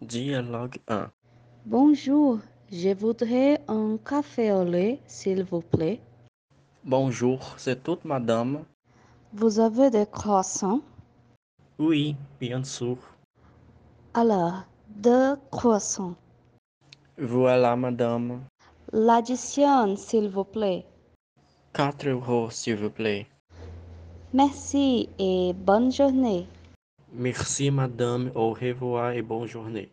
Dialogue 1. Bonjour, je voudrais un café au lait, s'il vous plaît. Bonjour, c'est tout, madame. Vous avez des croissants Oui, bien sûr. Alors, deux croissants. Voilà, madame. L'addition, s'il vous plaît. 4 euros, s'il vous plaît. Merci et bonne journée. Merci, madame. Au revoir et bonne journée.